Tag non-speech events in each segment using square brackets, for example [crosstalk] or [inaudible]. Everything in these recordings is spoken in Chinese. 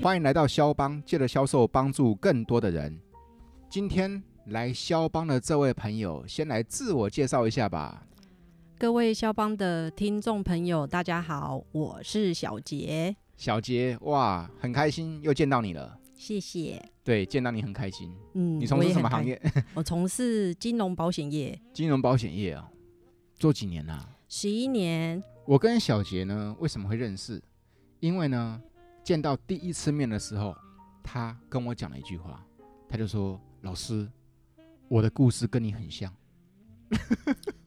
欢迎来到肖邦，借着销售帮助更多的人。今天来肖邦的这位朋友，先来自我介绍一下吧。各位肖邦的听众朋友，大家好，我是小杰，小杰，哇，很开心又见到你了。谢谢。对，见到你很开心。嗯，你从我事也什很么行开？业？我从事金融保险业 [laughs] 金融保险业啊、做几年啦、啊？十一年。我跟小杰呢，为什么会认识？因为呢，见到第一次面的时候，他跟我讲了一句话，他就说：“老师，我的故事跟你很 [laughs] 像，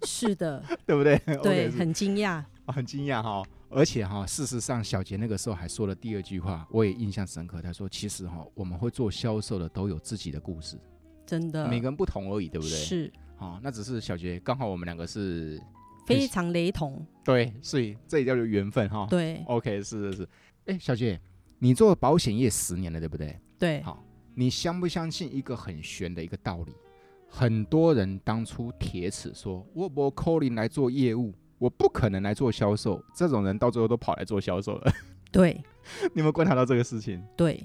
是 [laughs] 的，对不对？”对， OK，是很惊讶。哦很惊讶哈。而且哈、事实上，小杰那个时候还说了第二句话，我也印象深刻。他说：“其实哈、我们会做销售的都有自己的故事，真的，每个人不同而已，对不对？嗯是哦，那只是小杰刚好我们两个是非常雷同。对，所以这也叫做缘分哈、对 OK，是是是。哎，小姐，你做保险业十年了，对不对？对好，你相不相信一个很玄的一个道理？很多人当初铁齿说我不 calling 来做业务，我不可能来做销售，这种人到最后都跑来做销售了。对你有没有观察到这个事情？对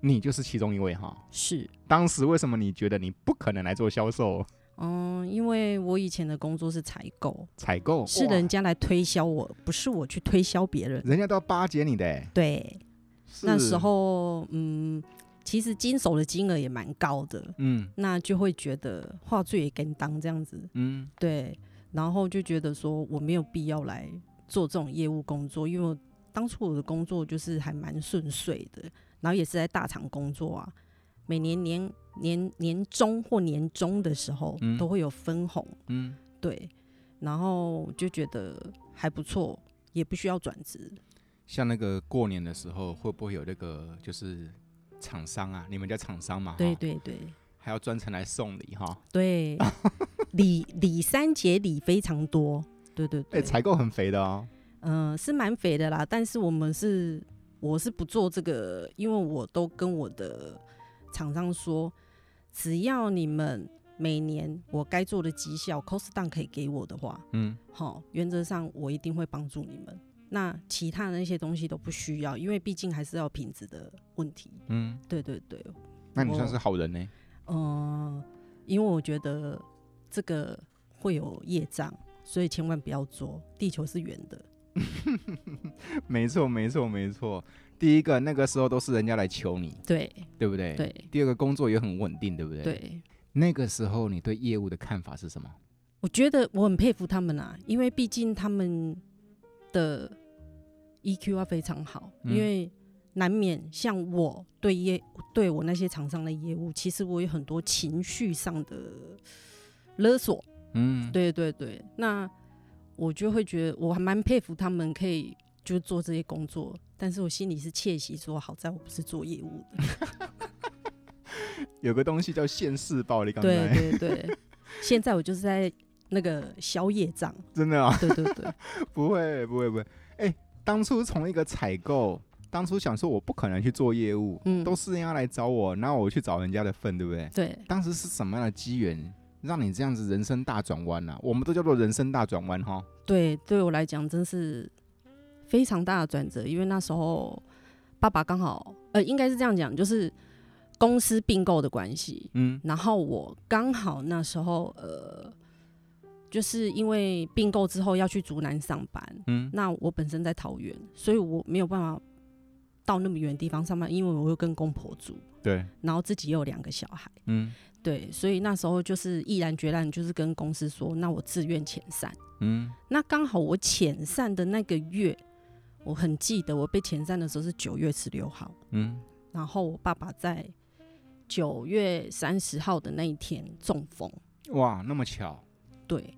你就是其中一位哈。是。当时为什么你觉得你不可能来做销售、嗯，因为我以前的工作是采购，采购？是哇人，家来推销我，不是我去推销别人。人家都要巴结你的欸。对，那是时，候，嗯，其实经手的金额也蛮高的，嗯那就会觉得话最也跟当这样子，嗯，对，然后就觉得说我没有必要来做这种业务工作，因为我当初我的工作就是还蛮顺遂的，然后也是在大厂工作啊，每年年年年中或年终的时候、嗯都会有分红，嗯，对，然后就觉得还不错，也不需要转职，像那个过年的时候，会不会有那个就是厂商啊？你们叫厂商嘛？对哈，对对。还要专程来送礼哈。对， [laughs] 李李三节礼非常多，对对哎、对，采购很肥的哦。嗯、是蛮肥的啦，但是我们是我是不做这个，因为我都跟我的厂商说，只要你们每年我该做的绩效 cost down 可以给我的话，嗯，好，原则上我一定会帮助你们。那其他的那些东西都不需要，因为毕竟还是要品质的问题。嗯，对对对，那你算哦是好人呢、嗯，因为我觉得这个会有业障，所以千万不要做。地球是圆的，没错，没错，没错。第一个那个时候都是人家来求你，对对不对？。对第二个工作也很稳定，对不对？。对。那个时候你对业务的看法是什么？我觉得我很佩服他们啊，因为毕竟他们的 EQ 要非常好，嗯因为难免像我对业对我那些厂商的业务，其实我有很多情绪上的勒索，嗯，对对对，那我就会觉得我还蛮佩服他们可以就做这些工作，但是我心里是窃喜说，好在我不是做业务的。有个东西叫现世报，你刚对才对对，现在我就是在那个消业障。 [laughs] 真的啊、对对对，不会，不会，不会。哎、当初从一个采购，当初想说我不可能去做业务，嗯都是人家来找我，然后我去找人家的份，对不对？对当时是什么样的机缘让你这样子人生大转弯呢、我们都叫做人生大转弯哈。对，对我来讲真是非常大的转折，因为那时候爸爸刚好，呃，应该是这样讲，就是公司并购的关系，嗯然后我刚好那时候呃，就是因为并购之后要去竹南上班，嗯那我本身在桃园，所以我没有办法到那么远的地方上班，因为我又跟公婆住，对，然后自己又有两个小孩，嗯对，所以那时候就是毅然决然，就是跟公司说，那我自愿遣散。嗯那刚好我遣散的那个月，我很记得我被遣散的时候是九月十六号，嗯，然后我爸爸在九月三十号的那一天中风。哇，那么巧，对，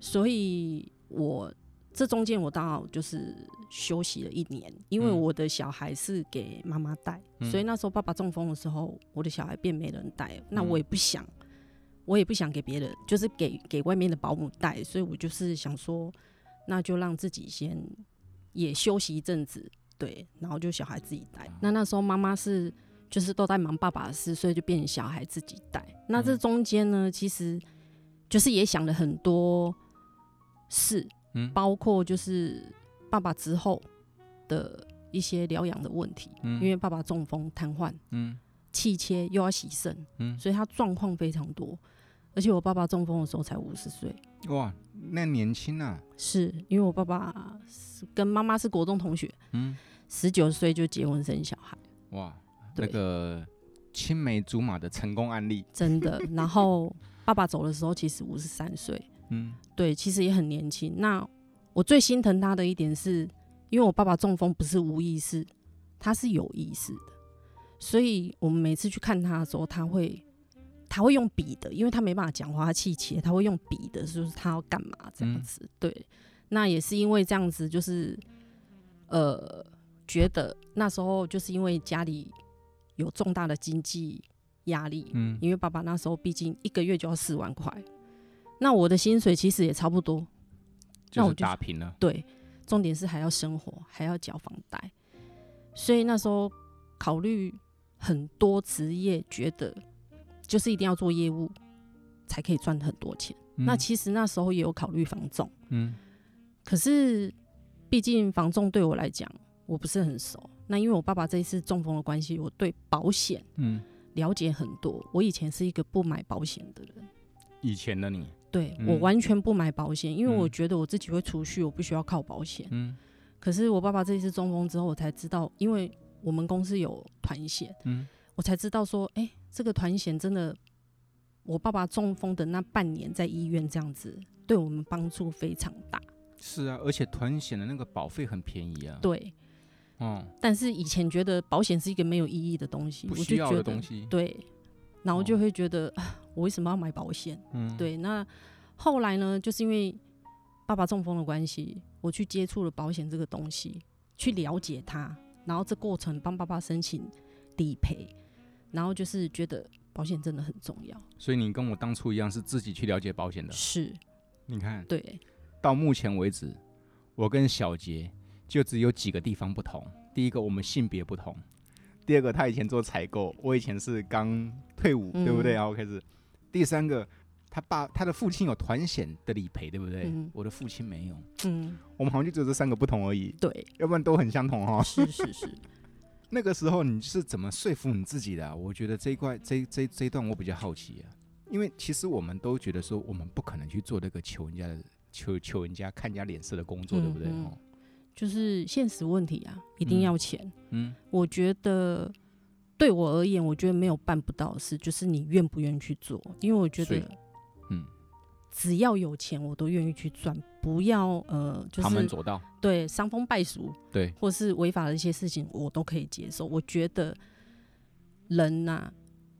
所以我这中间我刚好就是休息了一年，因为嗯我的小孩是给妈妈带，所以嗯那时候爸爸中风的时候，我的小孩便没人带了，那嗯我也不想，我也不想给别人，就是给给外面的保姆带，所以我就是想说，那就让自己先也休息一阵子，对，然后就小孩自己啊带。那那时候妈妈是就是都在忙爸爸的事，所以就变成小孩自己带。那这嗯中间呢，其实就是也想了很多事，嗯包括就是爸爸之后的一些疗养的问题，嗯因为爸爸中风瘫痪，嗯气切又要洗肾，嗯所以他状况非常多。而且我爸爸中风的时候才五十岁，嗯哇，那年轻啊，是因为我爸爸是跟妈妈是国中同学，嗯，十九岁就结婚生小孩，哇，那对个青梅竹马的成功案例，真的。然后爸爸走的时候其实五十三岁，嗯对，其实也很年轻。那我最心疼他的一点是，因为我爸爸中风不是无意识，他是有意识的，所以我们每次去看他的时候，他会他会用笔的，因为他没办法讲话，他气切，他会用笔的，就是他要干嘛这样子。对，那也是因为这样子，就是呃，觉得那时候就是因为家里有重大的经济压力，嗯，因为爸爸那时候毕竟一个月就要四万块，那我的薪水其实也差不多。就那我是就打平了，对，重点是还要生活，还要缴房贷，所以那时候考虑很多职业，觉得就是一定要做业务才可以赚很多钱。那嗯其实那时候也有考虑房仲，嗯可是毕竟房仲对我来讲我不是很熟。那因为我爸爸这一次中风的关系，我对保险嗯，了解很多。我以前是一个不买保险的人。以前的你，对、嗯我完全不买保险，因为我嗯觉得我自己会储蓄，我不需要靠保险。嗯可是我爸爸这一次中风之后，我才知道，因为我们公司有团险，嗯我才知道说，哎、这个团险真的，我爸爸中风的那半年在医院这样子，对我们帮助非常大。是啊，而且团险的那个保费很便宜啊，，对，嗯，但是以前觉得保险是一个没有意义的东西，不我就需要觉的得东西，对，然后就会觉得、啊我为什么要买保险？嗯，对，那后来呢，就是因为爸爸中风的关系，我去接触了保险这个东西，去了解它，然后这过程帮爸爸申请理赔，然后就是觉得保险真的很重要。所以你跟我当初一样是自己去了解保险的，是，你看对，到目前为止，我跟小杰就只有几个地方不同。第一个，我们性别不同；第二个，他以前做采购，我以前是刚退伍，嗯对不对？然后开始。第三个，他爸他的父亲有团险的理赔，对不对？嗯我的父亲没有。嗯，我们好像就只有这三个不同而已，对，要不然都很相同哦。是是 [laughs] 是，那个时候你是怎么说服你自己的啊、我觉得这一块这这这一段我比较好奇啊，因为其实我们都觉得说我们不可能去做那个求人家的求求人家看人家脸色的工作，嗯对不对？嗯哦就是现实问题啊，一定嗯要钱。嗯我觉得对我而言，我觉得没有办不到的事，就是你愿不愿意去做。因为我觉所以得，嗯，只要有钱，我都愿意去赚，不要呃，就旁门是左道，对伤风败俗对，或是违法的一些事情，我都可以接受。我觉得人呐、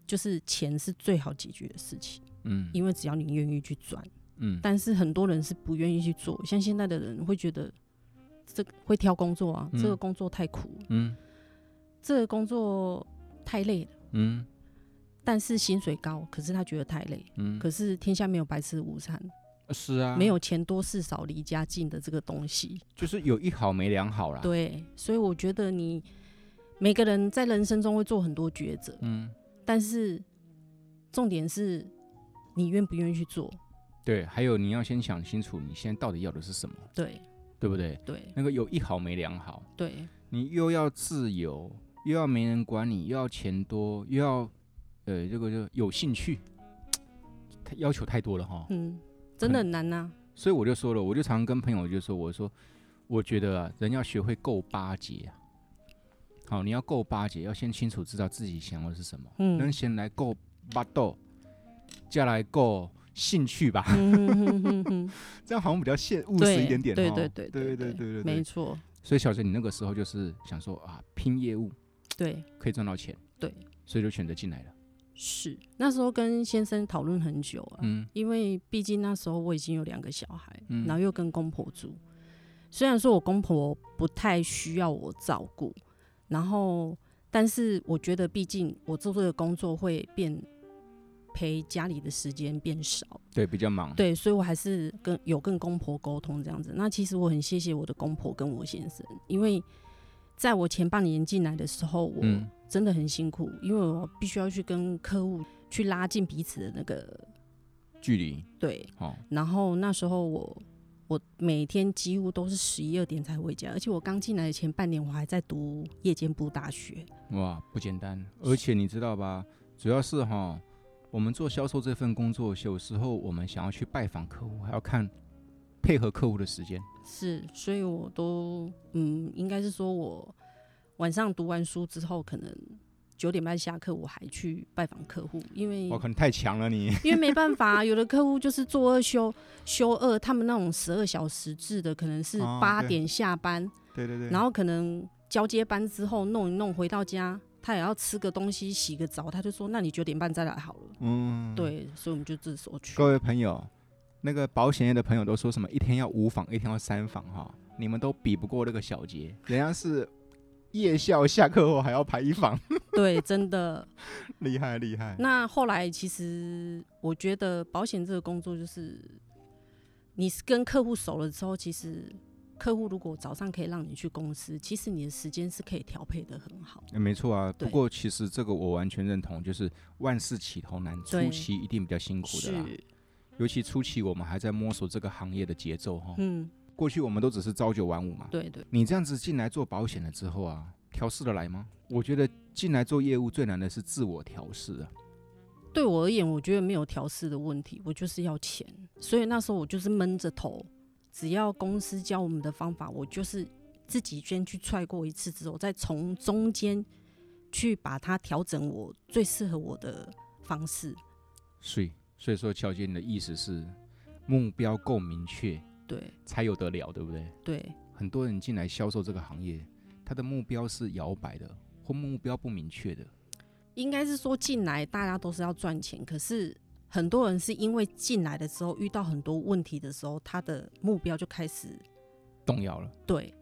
就是钱是最好解决的事情，嗯因为只要你愿意去赚，嗯，但是很多人是不愿意去做。像现在的人会觉得这个会挑工作啊，嗯这个工作太苦了，嗯这个工作太累了。嗯但是薪水高，可是他觉得太累。嗯，可是天下没有白吃的午餐，是啊，没有钱多事少离家近的这个东西。就是有一好没两好啦，，对，所以我觉得你每个人在人生中会做很多抉择，嗯但是重点是你愿不愿意去做。对，还有你要先想清楚你现在到底要的是什么，对对不对？对那个有一好没两好，对，你又要自由，又要没人管你，又要钱多，又要呃这个就有兴趣，他要求太多了哈。嗯，真的很难呐、啊所以我就说了，我就常跟朋友就说，我说我觉得啊，人要学会够巴结啊。好，你要够巴结，要先清楚知道自己想要的是什么，能嗯先来够巴豆，再来够兴趣吧， [laughs] 嗯哼哼哼，这样好像比较现务实对一点点。对哈对对对对对对没对。错，所以小陈，你那个时候就是想说啊，拼业务对可以赚到钱，对所以就选择进来了。是。那时候跟先生讨论很久啊，嗯因为毕竟那时候我已经有两个小孩，嗯然后又跟公婆住。虽然说我公婆不太需要我照顾，然后但是我觉得，毕竟我做这个工作会变陪家里的时间变少，对，比较忙。，对，所以我还是跟有跟公婆沟通这样子。那其实我很谢谢我的公婆跟我先生，因为在我前半年进来的时候，我嗯真的很辛苦，因为我必须要去跟客户去拉近彼此的那个距离对哦，然后那时候我我每天几乎都是十一二点才回家，而且我刚进来的前半年我还在读夜间部大学。哇，不简单。而且你知道吧，主要是哈，我们做销售这份工作，有时候我们想要去拜访客户，还要看配合客户的时间。是，所以我都嗯，应该是说我晚上读完书之后，可能九点半下课，我还去拜访客户，因为哇，可能太强了你。因为没办法、啊有的客户就是做二休休二，他们那种十二小时制的，可能是哦八对点下班， [laughs] 对对对然后可能交接班之后弄一弄，回到家他也要吃个东西、洗个澡，他就说：“那你九点半再来好了。嗯，。对，所以我们就这时候去。 [laughs] 各位朋友，那个保险业的朋友都说什么一天要五访，一天要三访哈，你们都比不过那个小杰，人家是夜校下课后还要排一访， [laughs] 对，真的。厉害厉害。那后来其实我觉得保险这个工作就是，你是跟客户熟了之后，其实客户如果早上可以让你去公司，其实你的时间是可以调配的很好。呃没错啊，不对过其实这个我完全认同，就是万事起头难，初对期一定比较辛苦的啦。是，尤其初期我们还在摸索这个行业的节奏哈、嗯，过去我们都只是朝九晚五嘛。对对，你这样子进来做保险了之后啊，调试得来吗？我觉得进来做业务最难的是自我调试啊。对我而言，我觉得没有调试的问题，我就是要钱，所以那时候我就是闷着头，只要公司教我们的方法，我就是自己先去踹过一次之后，再从中间去把它调整我最适合我的方式。所以，所以说，乔姐，你的意思是目标够明确对才有得了，对不对？对，很多人进来销售这个行业，他的目标是摇摆的，或目标不明确的。应该是说进来大家都是要赚钱，可是很多人是因为进来的时候遇到很多问题的时候，他的目标就开始动摇了。对，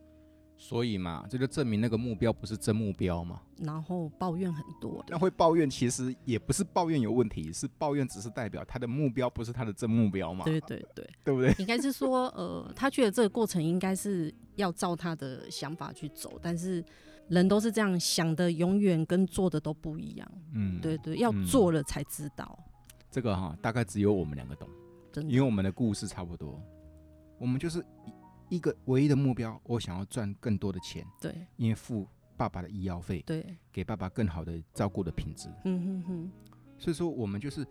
所以嘛，这就证明那个目标不是真目标嘛。然后抱怨很多的那。会抱怨，其实也不是抱怨有问题，是抱怨只是代表他的目标不是他的真目标嘛，对对对。对不对？应该是说，呃，他觉得这个过程应该是要照他的想法去走，但是人都是这样想的，永远跟做的都不一样。嗯，对，对，要嗯做了才知道，这个哈，大概只有我们两个懂，真因的为我们的故事差不多，我们就是一一个唯一的目标，我想要赚更多的钱，对因为付爸爸的医药费，对，给爸爸更好的照顾的品质。嗯哼哼，所以说，我们就是，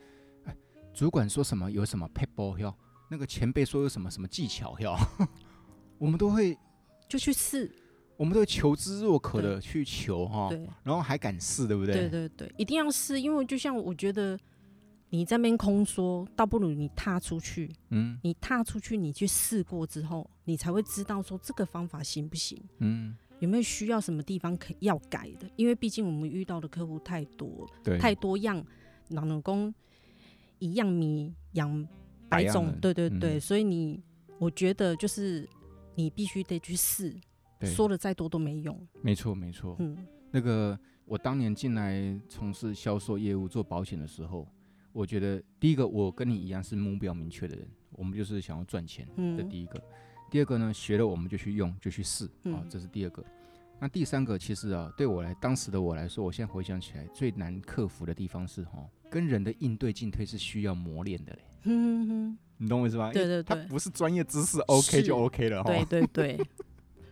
哎，主管说什么有什么 p e b l e 哟，那个前辈说有什么什么技巧哟， [laughs] 我们都会，就去试，我们都会求知若渴的去求哈，对然后还敢试，对哦不对？对对对，一定要试，因为就像我觉得你在那边空说，倒不如你踏出去，嗯你踏出去，你去试过之后，你才会知道说这个方法行不行。嗯，有没有需要什么地方可要改的？因为毕竟我们遇到的客户太多，对，太多样，老老公一样米养百百样种人，对对对，嗯所以你我觉得就是你必须得去试，对说的再多都没用。没错没错，嗯，那个我当年进来从事销售业务做保险的时候，我觉得第一个我跟你一样是目标明确的人，我们就是想要赚钱，嗯这第一个。第二个呢，学了我们就去用，就去试啊、嗯这是第二个。那第三个，其实啊，对我来当时的我来说，我现在回想起来，最难克服的地方是哈、跟人的应对进退是需要磨练的嘞，哼哼你懂我意思吧？对因为对对它不是专业知识 OK 是就 OK 了哼，哈、对对对， [laughs]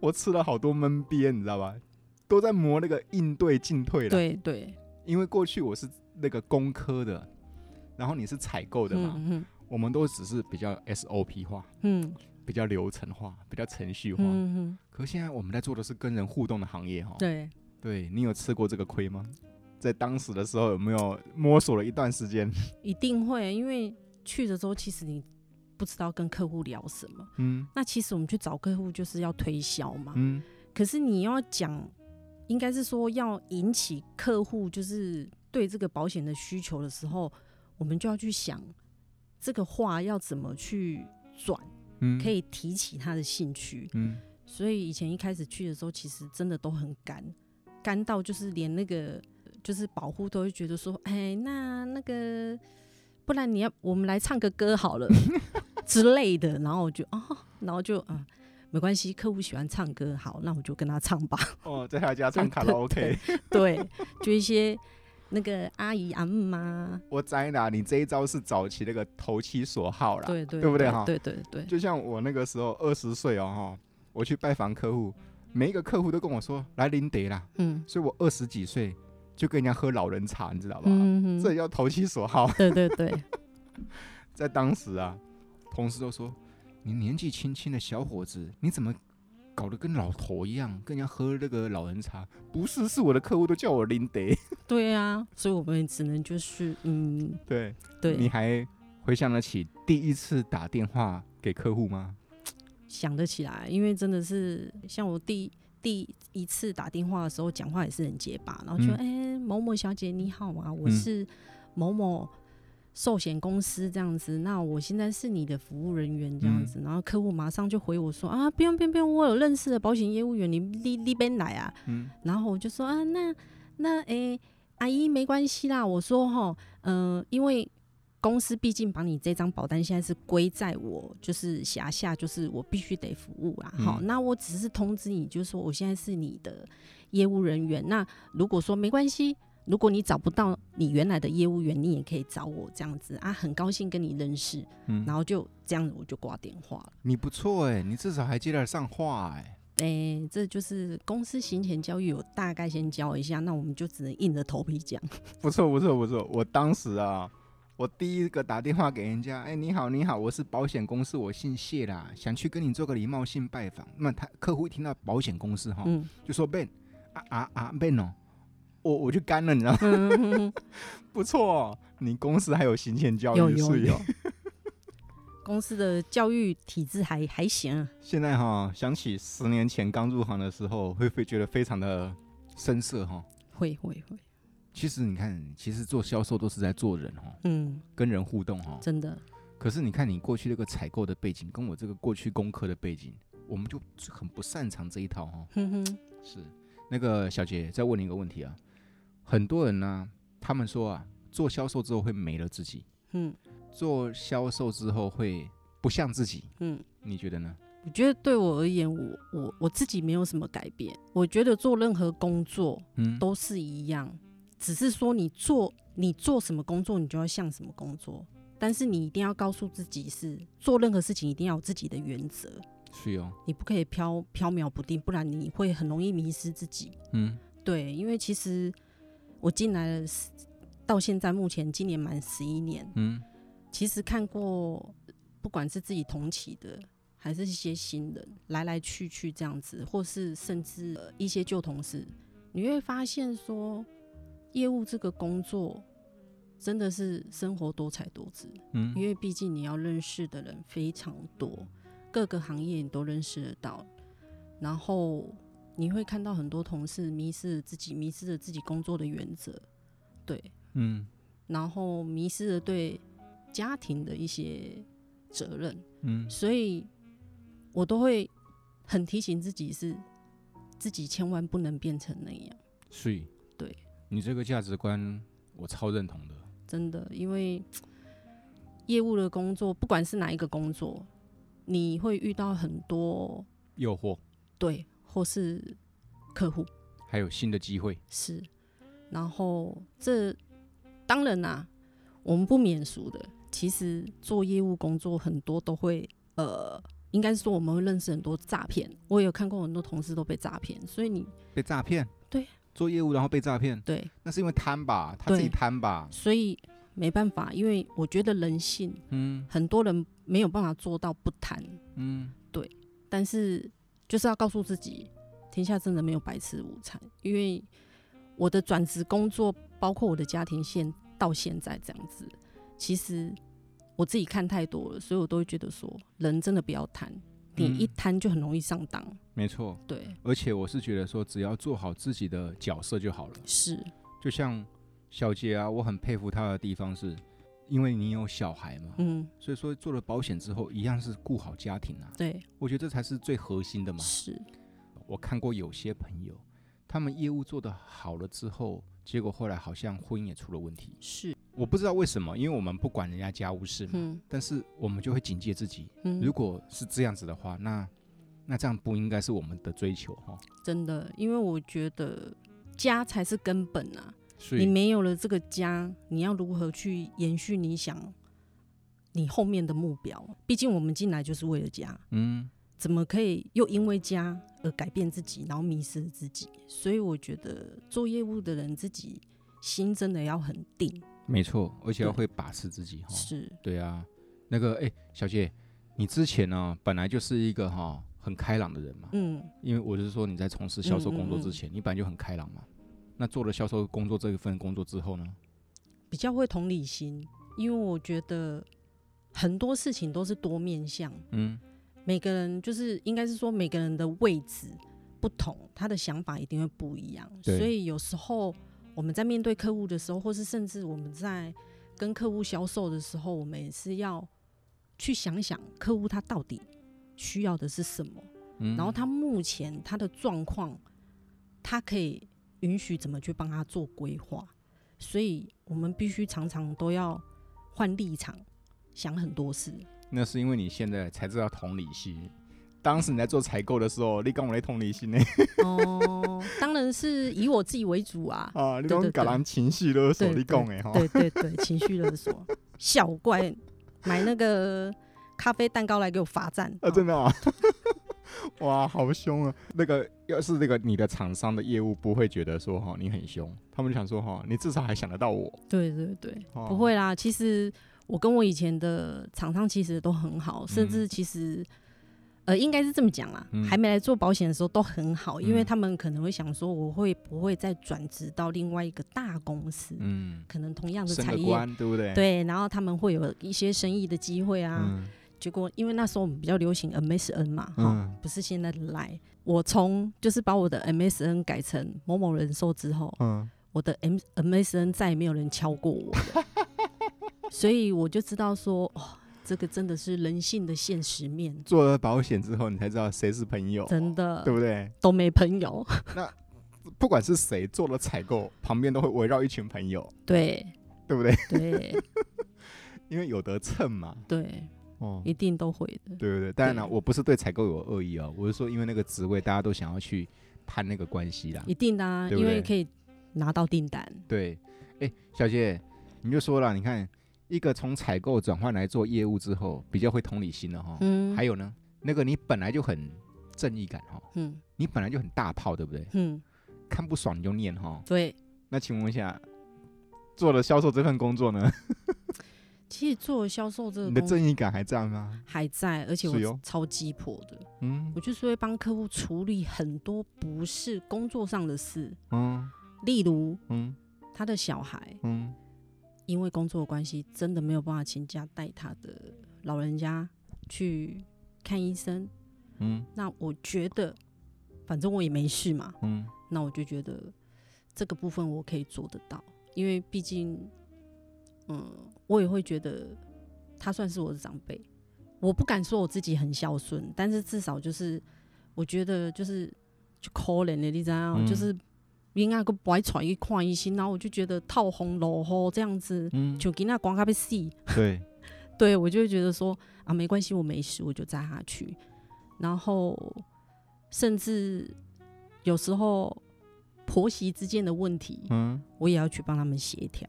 我吃了好多闷憋，你知道吧？都在磨那个应对进退了。对对，因为过去我是那个工科的，然后你是采购的嘛，嗯嗯我们都只是比较 SOP 化、嗯比较流程化、比较程序化。嗯嗯，可现在我们在做的是跟人互动的行业哈、哦。对，对，你有吃过这个亏吗？在当时的时候有没有摸索了一段时间？一定会，因为去的时候其实你不知道跟客户聊什么，嗯那其实我们去找客户就是要推销嘛，嗯，可是你要讲，应该是说要引起客户就是对这个保险的需求的时候，我们就要去想这个话要怎么去转，嗯可。以提起他的兴趣。嗯，所以以前一开始去的时候，其实真的都很干，干到就是连那个就是保护都会觉得说，哎，那那个，不然你要我们来唱个歌好了之类的。然后我就哦，然后就啊。没关系，客户喜欢唱歌，好，那我就跟他唱吧。 [laughs] 哦，在他家唱卡拉 OK，对，就一些那个阿姨阿姆啊，我摘啦，你这一招是早期那个投其所好啦。对对对不对对哈对对对，就像我那个时候二十岁哦，哈，我去拜访客户，每一个客户都跟我说来林德啦，嗯所以我二十几岁就跟人家喝老人茶，你知道吧？嗯， [laughs] 这嗯也叫投其所好。对对对，在当时啊，同事都说你年纪轻轻的小伙子，你怎么搞得跟老头一样，跟人家喝那个老人茶？不是，是我的客户都叫我林德。对啊，所以我们只能就是嗯，对，你对，还回想得起第一次打电话给客户吗？想得起来，因为真的是像我第第一次打电话的时候，讲话也是很结巴，然后就哎、某某小姐你好啊，我嗯是某某。寿险公司这样子，那我现在是你的服务人员嗯这样子，然后客户马上就回我说啊，不用不用不用，我有认识的保险业务员，你你你边来啊，嗯，然后我就说啊，那那诶、阿姨没关系啦。我说哈，嗯、因为公司毕竟把你这张保单现在是归在我就是辖下，就是我必须得服务啦。好、嗯那我只是通知你，就是说我现在是你的业务人员。那如果说没关系。如果你找不到你原来的业务员，你也可以找我这样子啊，很高兴跟你认识，嗯然后就这样子我就挂电话了。你不错哎、你至少还接得上话哎、诶、这就是公司行前教育有大概先教一下，那我们就只能硬着头皮讲。不错不错不错，我当时啊，我第一个打电话给人家，哎、你好你好，我是保险公司，我姓谢啦，想去跟你做个礼貌性拜访。那么他客户一听到保险公司哈，嗯就说 Ben 啊啊啊 Ben 哦，我我就干了，你知道吗？嗯嗯嗯 [laughs] 不错、哦，你公司还有行前教有育有是有，公司的教育体制还还行啊， [laughs] 现在哈、想起十年前刚入行的时候，会不会觉得非常的生涩哈、会会会，其实你看，其实做销售都是在做人哈、嗯，跟人互动哈、真的，可是你看，你过去那个采购的背景，跟我这个过去工科的背景，我们就很不擅长这一套哈、哼哼，是那个小姐，再问你一个问题啊，很多人呢、他们说啊，做销售之后会没了自己，嗯做销售之后会不像自己，嗯。你觉得呢？我觉得对我而言，我我我自己没有什么改变。我觉得做任何工作嗯，都是一样，只是说你做你做什么工作，你就要像什么工作。但是你一定要告诉自己是，做任何事情一定要有自己的原则。是哦，你不可以飘飘渺不定，不然你会很容易迷失自己。嗯对，因为其实我进来了十，到现在目前今年满十一年，嗯其实看过不管是自己同期的，还是一些新人，来来去去这样子，或是甚至、呃一些旧同事，你会发现说，业务这个工作真的是生活多彩多姿。因嗯，为毕竟你要认识的人非常多，各个行业你都认识得到，然后你会看到很多同事迷失了自己，迷失了自己工作的原则，对，嗯然后迷失了对家庭的一些责任，嗯，所以我都会很提醒自己是自己千万不能变成那样，所以对你这个价值观，我超认同的。真的，因为业务的工作，不管是哪一个工作。你会遇到很多诱惑，对，或是客户还有新的机会，是。然后这当然啦、我们不免俗的，其实做业务工作很多都会呃，应该是说我们会认识很多诈骗。我也有看过很多同事都被诈骗，所以你被诈骗。对，做业务然后被诈骗，对，那是因为贪吧，他自己对贪吧。所以没办法，因为我觉得人性嗯很多人没有办法做到不贪，嗯，但是就是要告诉自己，天下真的没有白吃午餐。因为我的转职工作，包括我的家庭现到现在这样子，其实我自己看太多了，所以我都会觉得说，人真的不要贪，你嗯一贪就很容易上当。没错。对，而且我是觉得说，只要做好自己的角色就好了。是，就像小杰啊，我很佩服他的地方是，因为你有小孩嘛，嗯，所以说做了保险之后，一样是顾好家庭啊。对，我觉得这才是最核心的嘛。是，我看过有些朋友，他们业务做得好了之后，结果后来好像婚姻也出了问题。是，我不知道为什么，因为我们不管人家家务事嘛，嗯但是我们就会警戒自己，如嗯，果是这样子的话，那那这样不应该是我们的追求哈、哦。真的，因为我觉得家才是根本啊。所你以没有了这个家，你要如何去延续你想你后面的目标？毕竟我们进来就是为了家，嗯，怎么可以又因为家而改变自己，然后迷失自己？所以我觉得做业务的人自己心真的要很定，没错，而且要对会把持自己哈。是对啊，那个哎、小姐，你之前呢、本来就是一个哈、很开朗的人嘛，嗯因为我是说你在从事销售工作嗯嗯之嗯前，你本来就很开朗嘛。那做了销售工作这一份工作之后呢？比较会同理心，因为我觉得很多事情都是多面向，嗯，每个人就是应该是说每个人的位置不同，他的想法一定会不一样。对所以有时候我们在面对客户的时候，或是甚至我们在跟客户销售的时候，我们也是要去想想客户他到底需要的是什么，嗯然后他目前他的状况，他可以允许怎么去帮他做规划。所以我们必须常常都要换立场，想很多事。那是因为你现在才知道同理心。当时你在做采购的时候，你跟我来同理心 [laughs] 呢？。哦，当然是以我自己为主啊啊，你对讲对搞对人情绪勒索，对你讲的哈。对对对，情绪勒索，小怪买那个咖啡蛋糕来给我罚站。啊，哦真的啊！嗯 [laughs] 哇，好凶啊！那个要是那个你的厂商的业务不会觉得说哈你很凶，他们就想说哈你至少还想得到我。对对对，哦不会啦。其实我跟我以前的厂商其实都很好，甚至其实。呃，应该是这么讲啦，嗯还没来做保险的时候都很好，因为嗯他们可能会想说，我会不会再转职到另外一个大公司，嗯，可能同样的升产个业，官对不对？，对，然后他们会有一些生意的机会啊，嗯结果因为那时候我们比较流行 MSN 嘛，哈、嗯不是现在的 Line。我从就是把我的 MSN 改成某某人寿之后，嗯，我的 M MSN 再也没有人敲过我 [laughs] 了，所以我就知道说，哦，这个真的是人性的现实面，做了保险之后，你才知道谁是朋友，真的哦对不对？都没朋友。不管是谁做了采购，旁边都会围绕一群朋友，对 [laughs] 对不对？对因为有得蹭嘛。对，哦，一定都会的。对对对，当然了，对我不是对采购有恶意哦，我是说因为那个职位大家都想要去攀那个关系啦。一定的、啊，对不因为对你可以拿到订单。对，哎，小姐，你就说了，你看一个从采购转换来做业务之后，比较会同理心了哈、嗯，还有呢，那个你本来就很正义感哈、嗯你本来就很大炮，对不对？嗯，看不爽你就念哈、对，那请问一下，做了销售这份工作呢，其实做销售这个你的工正义感还在吗？还在，而且是哦哟我超鸡婆的，嗯我就是会帮客户处理很多不是工作上的事，嗯例如嗯他的小孩嗯，因为工作的关系，真的没有办法请假带他的老人家去看医生。嗯那我觉得，反正我也没事嘛，嗯那我就觉得这个部分我可以做得到，因为毕竟，嗯，我也会觉得他算是我的长辈。我不敢说我自己很孝顺，但是至少就是我觉得就是就可怜的，你知道，嗯就是人家个白喘一看医生，然后我就觉得套红落后这样子，嗯，就给那光咖被死。对，对我就会觉得说啊，没关系，我没事，我就载他去。然后甚至有时候婆媳之间的问题，嗯。我也要去帮他们协调。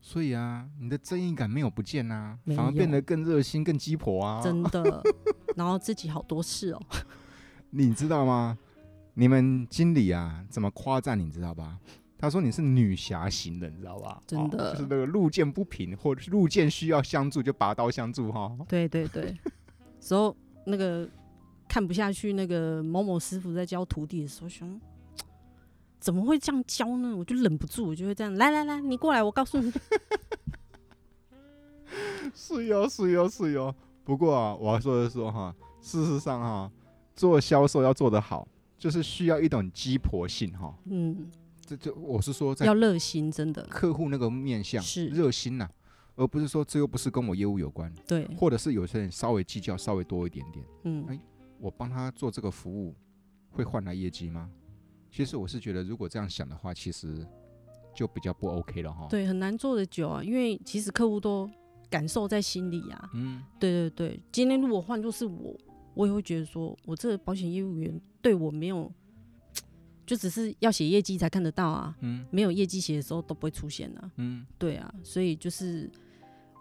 所以啊，你的正义感没有不见呐、没反而变有得更热心、更鸡婆啊。真 [laughs] 的，然后自己好多事哦。你知道吗？你们经理啊，怎么夸赞你知道吧？他说你是女侠型的，你知道吧？真哦的就是那个路见不平，或者是路见需要相助就拔刀相助哈、对对对，时候那个看不下去，那个某某师傅在教徒弟的时候，想怎么会这样教呢？我就忍不住，我就会这样，来来来，你过来，我告诉你。 [laughs] 是哟，是哟，是哟。不过啊，我要说的是说哈，事实上哈，做销售要做得好，就是需要一种鸡婆性哈。嗯，这这，我是说在要热心，真的，客户那个面向是热心呐、而不是说这又不是跟我业务有关，对，或者是有些人稍微计较稍微多一点点，嗯哎我帮他做这个服务会换来业绩吗？其实我是觉得，如果这样想的话，其实就比较不 OK 了哈。，对，很难做的久啊，因为其实客户都感受在心里啊。嗯，对对对，今天如果换作是我，我也会觉得说，我这个保险业务员对我没有就只是要写业绩才看得到啊，嗯没有业绩写的时候都不会出现啊。嗯对啊，所以就是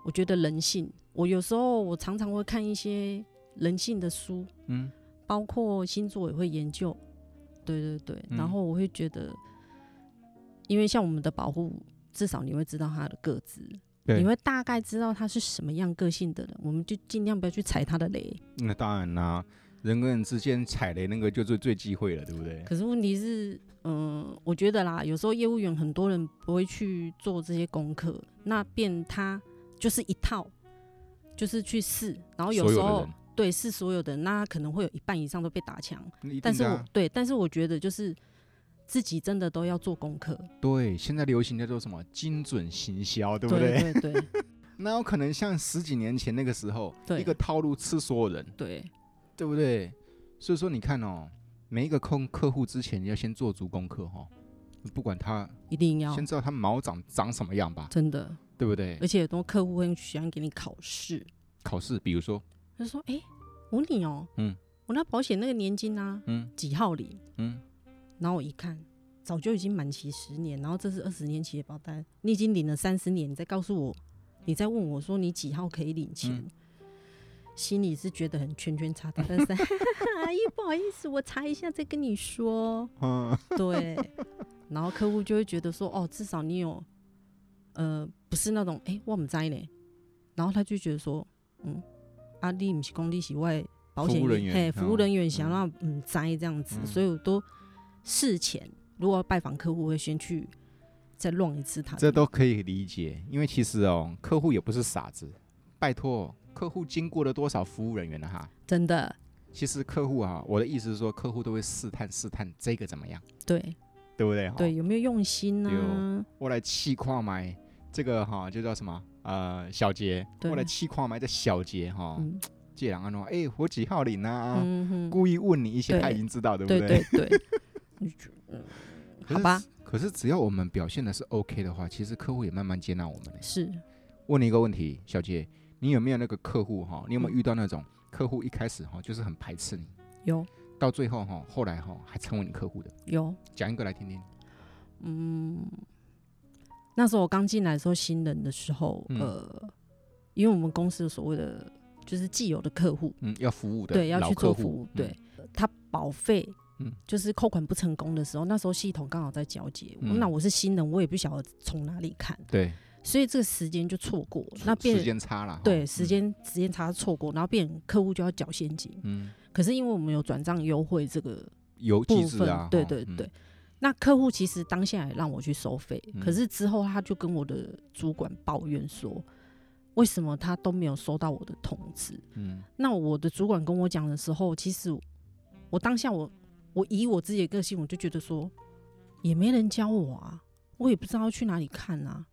我觉得人性，我有时候我常常会看一些人性的书，嗯包括星座也会研究，对对对，嗯然后我会觉得，因为像我们的保护，至少你会知道他的个子，对你会大概知道他是什么样个性的人，我们就尽量不要去踩他的雷。那当然啦、人跟人之间踩雷那个就是最忌讳了，对不对？可是问题是，嗯、我觉得啦，有时候业务员很多人不会去做这些功课，那变他就是一套，就是去试，然后有所时有的候人对试所有的人，那他可能会有一半以上都被打枪。那一但定是的我、啊对，但是我觉得就是自己真的都要做功课，对现在流行叫做什么精准行销，对不对？对对对 [laughs] 那有可能像十几年前那个时候，对一个套路吃所有人，对对不对？所以说你看哦，每一个客客户之前要先做足功课哦，不管他一定要先知道他毛长长什么样吧，真的，对不对而？且很多客户会喜欢给你考试，考试，比如说，他说：“哎、我问你哦、嗯我那保险那个年金啊，嗯几号领嗯，？”然后我一看，早就已经满期十年，然后这是二十年期的保单，你已经领了三十年，你再告诉我，你再问我说你几号可以领钱？嗯心里是觉得很圈圈叉叉，但是 [laughs] 哈哈哈阿姨不好意思，我查一下再跟你说。嗯， [laughs] 对，然后客户就会觉得说，哦，至少你有，呃，不是那种，哎、我们在呢，然后他就觉得说，嗯，啊，你不是公你是外保服险务人员嘿服务人员嗯想让嗯在这样子，嗯所以我都事前如果要拜访客户，会先去再乱一次他的，这都可以理解，因为其实哦，客户也不是傻子，拜托，客户经过了多少服务人员了哈？真的其实客户啊，我的意思是说，客户都会试探试探这个怎么样，对对不对？哈对，有没有用心呢、对我来气矿买这个哈，就叫什么？呃，小杰，对我来气矿买这小杰哈，嗯借人安诺，哎，我几号领啊？嗯哼，故意问你一些对他已经知道，对不对对？ [laughs] 对对， [laughs] 你就嗯可是好吧，可是只要我们表现的是 OK 的话，其实客户也慢慢接纳我们了。是问你一个问题，小姐，你有没有那个客户哈？你有没有嗯遇到那种客户一开始哈就是很排斥你，有到最后哈后来哈还成为你客户的？有。讲一个来听听。嗯，那时候我刚进来的时候，新人的时候，嗯呃，因为我们公司有所谓的就是既有的客户，嗯，要服务的，对，要老去做客户服务，嗯对，他保费，嗯就是扣款不成功的时候，那时候系统刚好在交接，嗯那我是新人，我也不晓得从哪里看，对，所以这个时间就错过，那时变。间嗯差了，哈对，时，间时间差错过，然后变成客户就要缴现金。嗯，嗯可是因为我们有转账优惠这个邮部寄制分，啊，对哈对嗯对。那客户其实当下也让我去收费，嗯可是之后他就跟我的主管抱怨说，为什么他都没有收到我的通知？嗯那我的主管跟我讲的时候，其实我当下我我以我自己的个性，我就觉得说，也没人教我啊，我也不知道要去哪里看啊。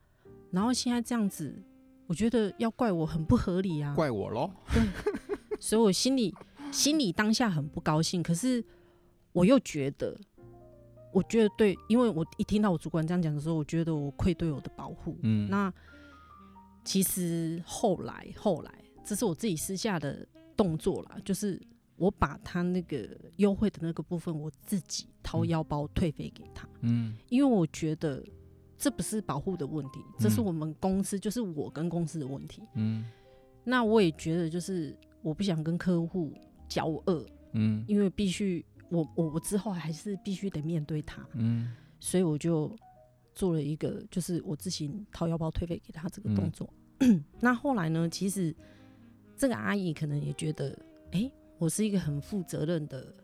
然后现在这样子，我觉得要怪我很不合理啊。怪我喽，所以我心里心里当下很不高兴，可是我又觉得，我觉得对，因为我一听到我主管这样讲的时候，我觉得我愧对我的保护。嗯，那其实后来后来，这是我自己私下的动作啦，就是我把他那个优惠的那个部分，我自己掏嗯腰包退费给他，嗯因为我觉得。这不是保护的问题，这是嗯我们公司，就是我跟公司的问题。嗯那我也觉得，就是我不想跟客户交恶，嗯因为必须我我我之后还是必须得面对他，嗯所以我就做了一个就是我自行掏腰包退费给他这个动作。 [clears throat] 那后来呢，其实这个阿姨可能也觉得，诶，我是一个很负责任的，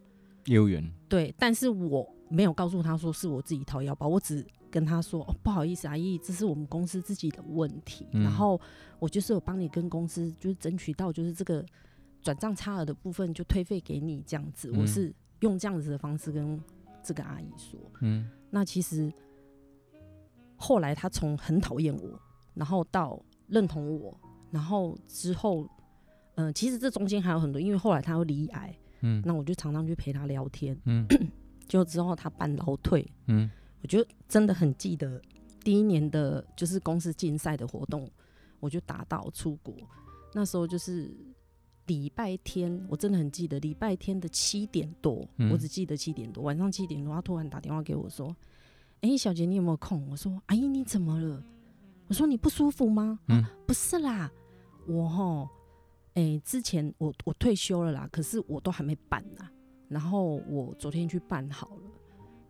业务员，对，但是我没有告诉她说是我自己掏腰包，我只跟她说、哦、不好意思，阿姨，这是我们公司自己的问题，嗯然后我就是有帮你跟公司就是争取到就是这个转账差额的部分就退费给你这样子，嗯我是用这样子的方式跟这个阿姨说。嗯那其实后来她从很讨厌我，然后到认同我，然后之后。嗯、其实这中间还有很多，因为后来她又离癌，嗯那我就常常去陪她聊天。嗯就之后她办劳退，嗯我就真的很记得第一年的就是公司竞赛的活动，我就打到出国。那时候就是礼拜天，我真的很记得礼拜天的七点多，嗯我只记得七点多，晚上七点多，他突然打电话给我说：“哎、小杰，你有没有空？”我说：“阿姨，你怎么了？”我说：“你啊不舒服吗？”嗯啊不是啦，我吼，哎、之前我我退休了啦，可是我都还没办啦，然后我昨天去办好了，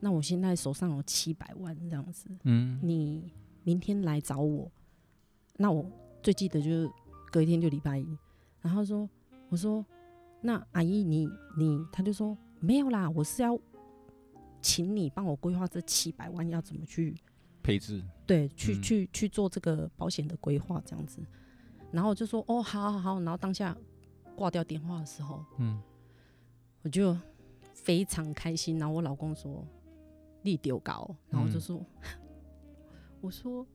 那我现在手上有七百万这样子，嗯，你明天来找我。那我最记得就是隔一天就礼拜一，然后他说，我说，那阿姨你你，他就说没有啦，我是要请你帮我规划这七百万要怎么去配置，对，去、嗯去去做这个保险的规划这样子。然后我就说哦，好好好。然后当下挂掉电话的时候，嗯，我就非常开心。然后我老公说力丢高，然后我就嗯说， [laughs] 我说，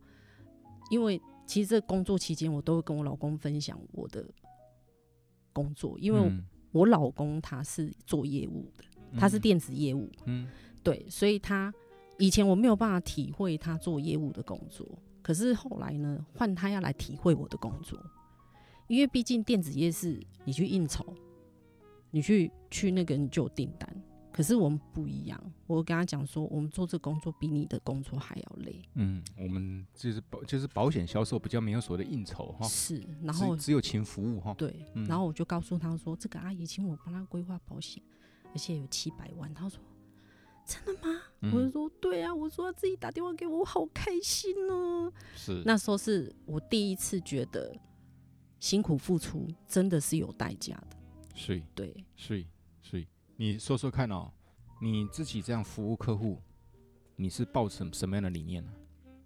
因为其实这工作期间我都会跟我老公分享我的工作，因为嗯我老公他是做业务的，他是，电子业务，嗯对，所以他以前我没有办法体会他做业务的工作，可是后来呢，换他要来体会我的工作，因为毕竟电子业是你去应酬，你去去那个你就有订单，可是我们不一样，我跟他讲说，我们做这工作比你的工作还要累，嗯，嗯我们就是保就是保险销售比较没有所谓的应酬哈，是，然只后只有勤服务哈，对，哦嗯然后我就告诉他说，这个阿姨请我帮她规划保险，而且有七百万，他说。真的吗？我就嗯，说对啊，我说他自己打电话给我，我好开心哦、是，那时候是我第一次觉得辛苦付出真的是有代价的，是对，是是，你说说看哦，你自己这样服务客户，你是抱什什么样的理念呢、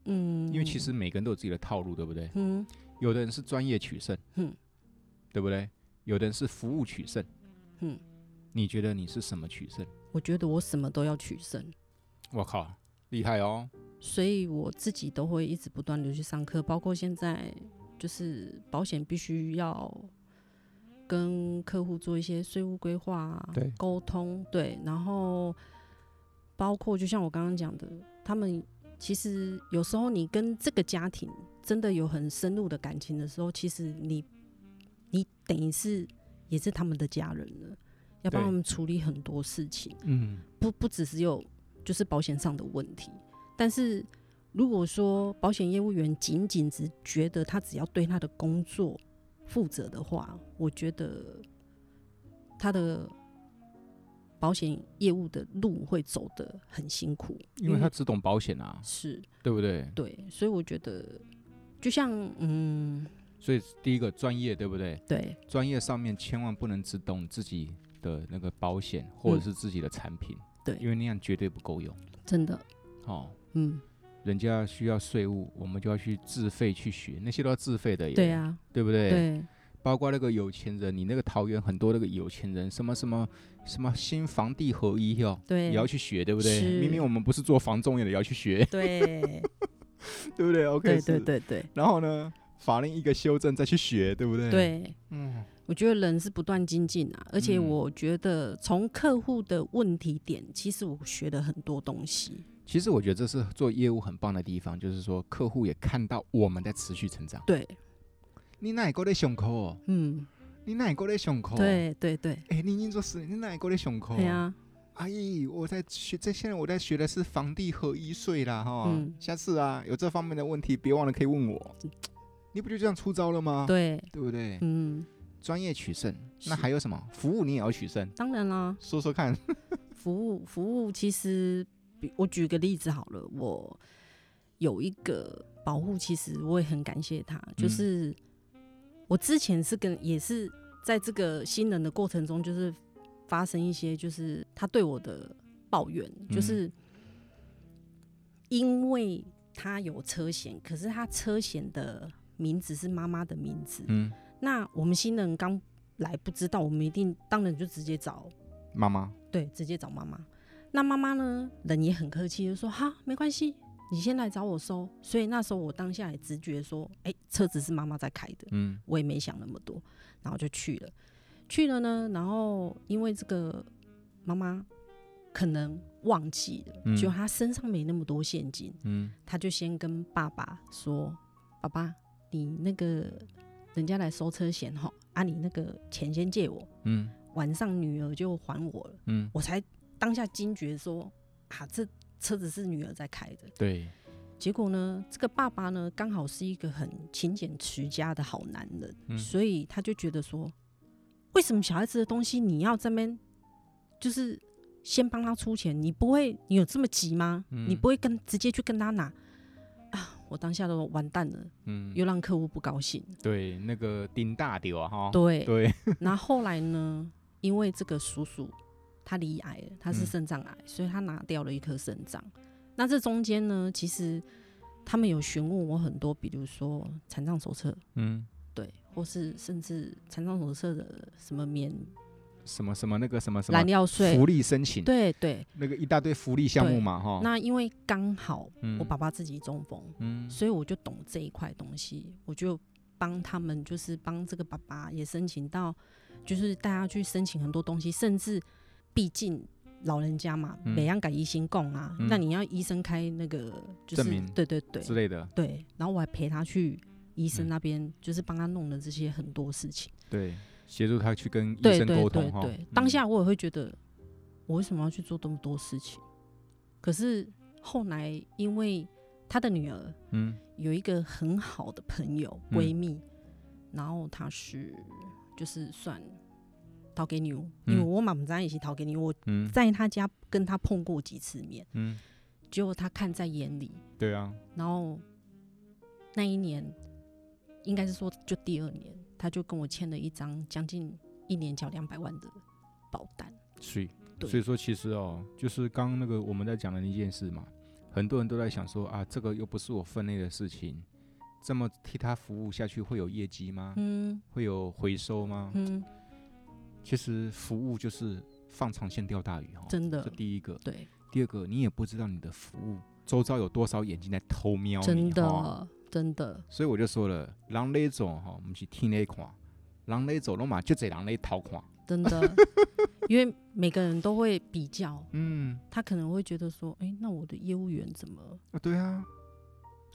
嗯，因为其实每个人都有自己的套路，对不对？嗯，有的人是专业取胜，嗯，对不对？有的人是服务取胜，嗯，你觉得你是什么取胜？我觉得我什么都要取胜，我靠，厉害哦！所以我自己都会一直不断的去上课，包括现在就是保险必须要跟客户做一些税务规划啊、对沟通，对，然后包括就像我刚刚讲的，他们其实有时候你跟这个家庭真的有很深入的感情的时候，其实你你等于是也是他们的家人了，要帮对他们处理很多事情。嗯，不不只是有就是保险上的问题，但是如果说保险业务员仅仅只觉得他只要对他的工作负责的话，我觉得他的保险业务的路会走得很辛苦，因为他只懂保险啊，是对不对？对，所以我觉得就像嗯，所以第一个专业，对不对？对，专业上面千万不能只懂自己的那个保险或者嗯是自己的产品，对因为那样绝对不够用真的，哦。嗯，人家需要税务，我们就要去自费去学，那些都要自费的耶，对，啊，对不对？，对，包括那个有钱人，你那个桃园很多那个有钱人，什么什么什么新房地合一哦，对，也要去学，对不对？是，明明我们不是做房仲业的，也要去学对，对不对？OK，对，是对，对，对，然后呢，法令一个修正再去学，对不对？，对。嗯，我觉得人是不断精进啊，而且嗯我觉得从客户的问题点，其实我学了很多东西。其实我觉得这是做业务很棒的地方，就是说客户也看到我们在持续成长。对，你哪个在胸口哦？嗯，你哪个在胸口？，对对对，哎，哦你已经做十年，你哪个在胸口？对。啊，哦阿姨，我在学这现在我在学的是房地合一税啦，哈、嗯下次啊有这方面的问题，别忘了可以问我。你不就这样出招了吗？对，对不对？嗯，专业取胜，那是还有什么服务你也要取胜？当然啦，说说看，服务服务其实比，我举个例子好了，我有一个保护，其实我也很感谢他，就嗯是我之前是跟也是在这个新人的过程中，就是发生一些就是他对我的抱怨，就嗯是因为他有车险，可是他车险的名字是妈妈的名字，嗯，那我们新人刚来不知道，我们一定当然就直接找妈妈，对，直接找妈妈。那妈妈呢，人也很客气，就说哈，没关系，你先来找我收。所以那时候我当下也直觉说，哎、车子是妈妈在开的，嗯我也没想那么多，然后就去了。去了呢，然后因为这个妈妈可能忘记了，嗯就她身上没那么多现金，嗯她就先跟爸爸说：“爸爸，你那个人家来收车钱哈，啊，你那个钱先借我，嗯晚上女儿就还我了，嗯，我才当下惊觉说啊，这车子是女儿在开的。对，结果呢，这个爸爸呢，刚好是一个很勤俭持家的好男人，嗯所以他就觉得说，为什么小孩子的东西你要这边就是先帮他出钱？你不会，你有这么急吗？嗯你不会跟直接去跟他拿啊？我当下都完蛋了，嗯，又让客户不高兴。对那个丁大丢啊哈，对，对，然后后来呢，因为这个叔叔他罹癌了，他是嗯肾脏癌，所以他拿掉了一颗肾脏。那这中间呢，其实他们有询问我很多，比如说残障手册，嗯，对，或是甚至残障手册的什么免什么什么那个什么什燃么料税福，利申请，对对。那个一大堆福利项目对嘛哈，那因为刚好嗯我爸爸自己中风，嗯所以我就懂这一块东西，我就帮他们，就是帮这个爸爸也申请到，就是大家去申请很多东西，甚至毕竟老人家嘛，嗯每样改医生供啊，嗯那你要医生开那个就是证明对对对之类的，对，然后我还陪他去医生嗯那边，就是帮他弄了这些很多事情，对，协助他去跟医对生对沟对通哈对，，嗯当下我也会觉得，我为什么要去做这么多事情？可是后来因为他的女儿。嗯有一个很好的朋友嗯闺蜜，然后她是就是算逃给你，哦嗯因为我妈妈在一起逃给你，我嗯在她家跟她碰过几次面，嗯，结果她看在眼里，对啊，然后那一年应该是说就第二年，她就跟我签了一张将近一年缴两百万的保单，所以对所以说其实哦，就是刚刚那个我们在讲的那件事嘛，很多人都在想说啊，这个又不是我分内的事情，这么替他服务下去会有业绩吗？嗯会有回收吗？嗯，其实服务就是放长线钓大鱼哈、真哦这的第一个，对，第二个你也不知道你的服务周遭有多少眼睛在偷瞄你，真哈的真的，所以我就说了，人咧走哈，我们去听咧看，人咧走，拢嘛就这人咧偷看。真的， [laughs] 因为每个人都会比较，嗯，他可能会觉得说，哎、那我的业务员怎么啊对啊，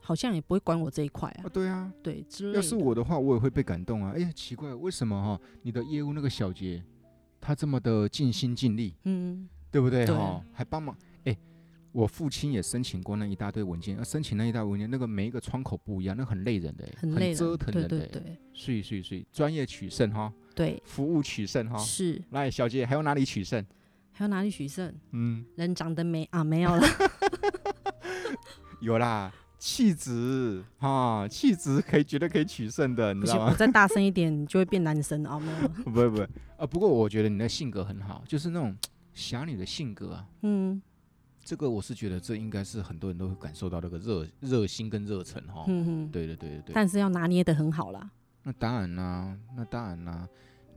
好像也不会管我这一块啊啊？对啊。对，之类的。要是我的话，我也会被感动啊。哎呀，奇怪，为什么哈、你的业务那个小杰，他这么的尽心尽力，嗯，对不对哈、对还帮忙。哎，我父亲也申请过那一大堆文件，啊、申请那一大堆文件，那个每一个窗口不一样，那个很累人的，很累人，折腾对人对的。欸对所以所以所以，专业取胜哈、对，服务取胜哈、是。来，小杰还有哪里取胜？还有哪里取胜？嗯，人长得美啊，[laughs] 没有了。有啦，气质啊，气质可以绝对可以取胜的，你不知行，道 [laughs] 我吗？再大声一点，你就会变男生啊，没有了。 [laughs] 不不不啊，不过我觉得你的性格很好，就是那种侠女的性格啊。嗯这个我是觉得这应该是很多人都会感受到那个热热心跟热忱哈。嗯嗯，哦对对对对对，但是要拿捏的很好啦。那当然啦、那当然啦、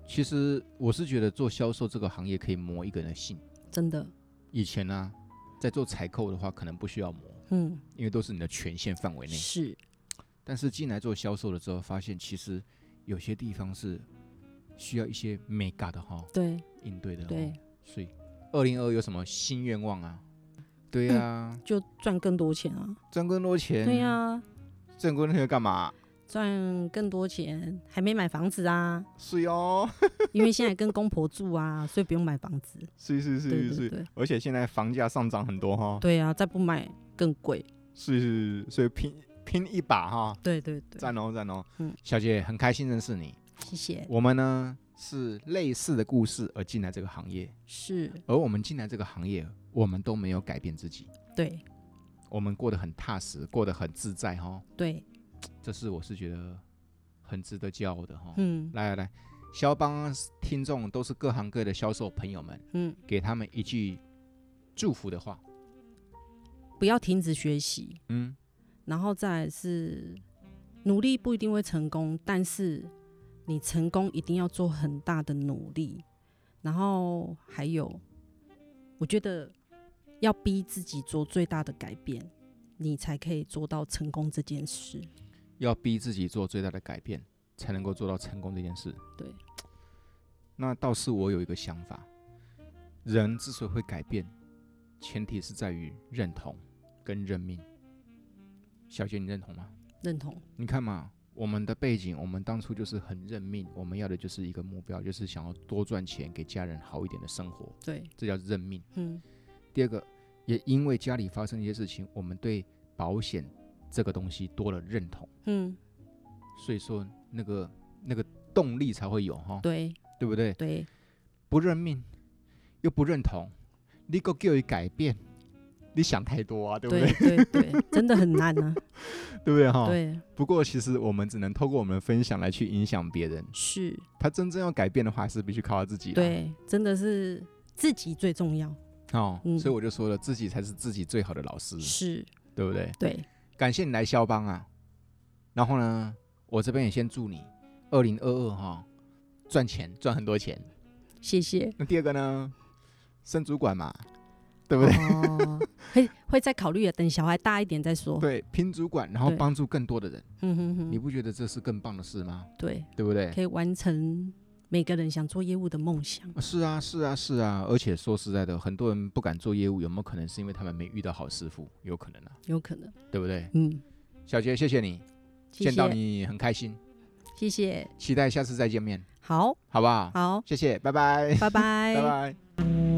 其实我是觉得做销售这个行业可以磨一个人的性。真的，以前呢、在做采购的话，可能不需要磨，嗯，因为都是你的权限范围内。是，但是进来做销售了之后，发现其实有些地方是需要一些 mega 的哈、对应对的、哦。对，，所以二零二有什么新愿望 [coughs] 啊？对呀、就赚更多钱啊， [coughs] 赚更多钱。对啊呀，赚更多钱干嘛？赚更多钱，还没买房子啊，是哟，因为现在跟公婆住啊，所以不用买房子。是 [laughs] 是是对是对是，对，而且现在房价上涨很多哈、对啊，再不买更贵。是是是，所以拼拼一把哈、对对对，赞哦赞哦。嗯小姐很开心认识你，谢谢。我们呢是类似的故事而进来这个行业，是，而我们进来这个行业，我们都没有改变自己。对我们过得很踏实，过得很自在哈、对，这是我是觉得很值得骄傲的哈、嗯来来来，肖邦听众都是各行各业的销售朋友们，嗯，给他们一句祝福的话。不要停止学习，嗯，然后再来是努力不一定会成功，但是你成功一定要做很大的努力，然后还有，我觉得要逼自己做最大的改变，你才可以做到成功这件事。要逼自己做最大的改变，才能够做到成功这件事。对，那倒是我有一个想法，人之所以会改变，前提是在于认同跟认命。小姐，你认同吗？认同，你看嘛，我们的背景，我们当初就是很认命，我们要的就是一个目标，就是想要多赚钱，给家人好一点的生活，对，这叫认命。嗯，第二个，也因为家里发生一些事情，我们对保险这个东西多了认同，嗯，所以说那个那个动力才会有哈，对对不对？对，不认命又不认同，你够给予改变，你想太多啊，对不对？对哦对对，真的很难 [laughs] 啊。 [laughs] 对不对哈？对，不过其实我们只能透过我们的分享来去影响别人，是，他真正要改变的话，还是必须靠他自己啦。对，真的是自己最重要。哦，嗯所以我就说了，自己才是自己最好的老师，是，对不对？对，感谢你来肖邦啊，然后呢，我这边也先祝你二零二二哈赚钱赚很多钱。谢谢。那第二个呢，升主管嘛，对不对？哦，会会再考虑啊，等小孩大一点再说。对，拼主管，然后对帮助更多的人，嗯哼你哼，不觉得这是更棒的事吗？对，对不对？可以完成每个人想做业务的梦想。是啊，是啊，是啊，而且说实在的，很多人不敢做业务，有没有可能是因为他们没遇到好师傅？有可能啊，有可能，对不对？嗯，小杰，谢谢你，谢见到谢，你很开心，谢谢，期待下次再见面，好，好不好？好，谢谢，拜拜，拜拜，拜拜。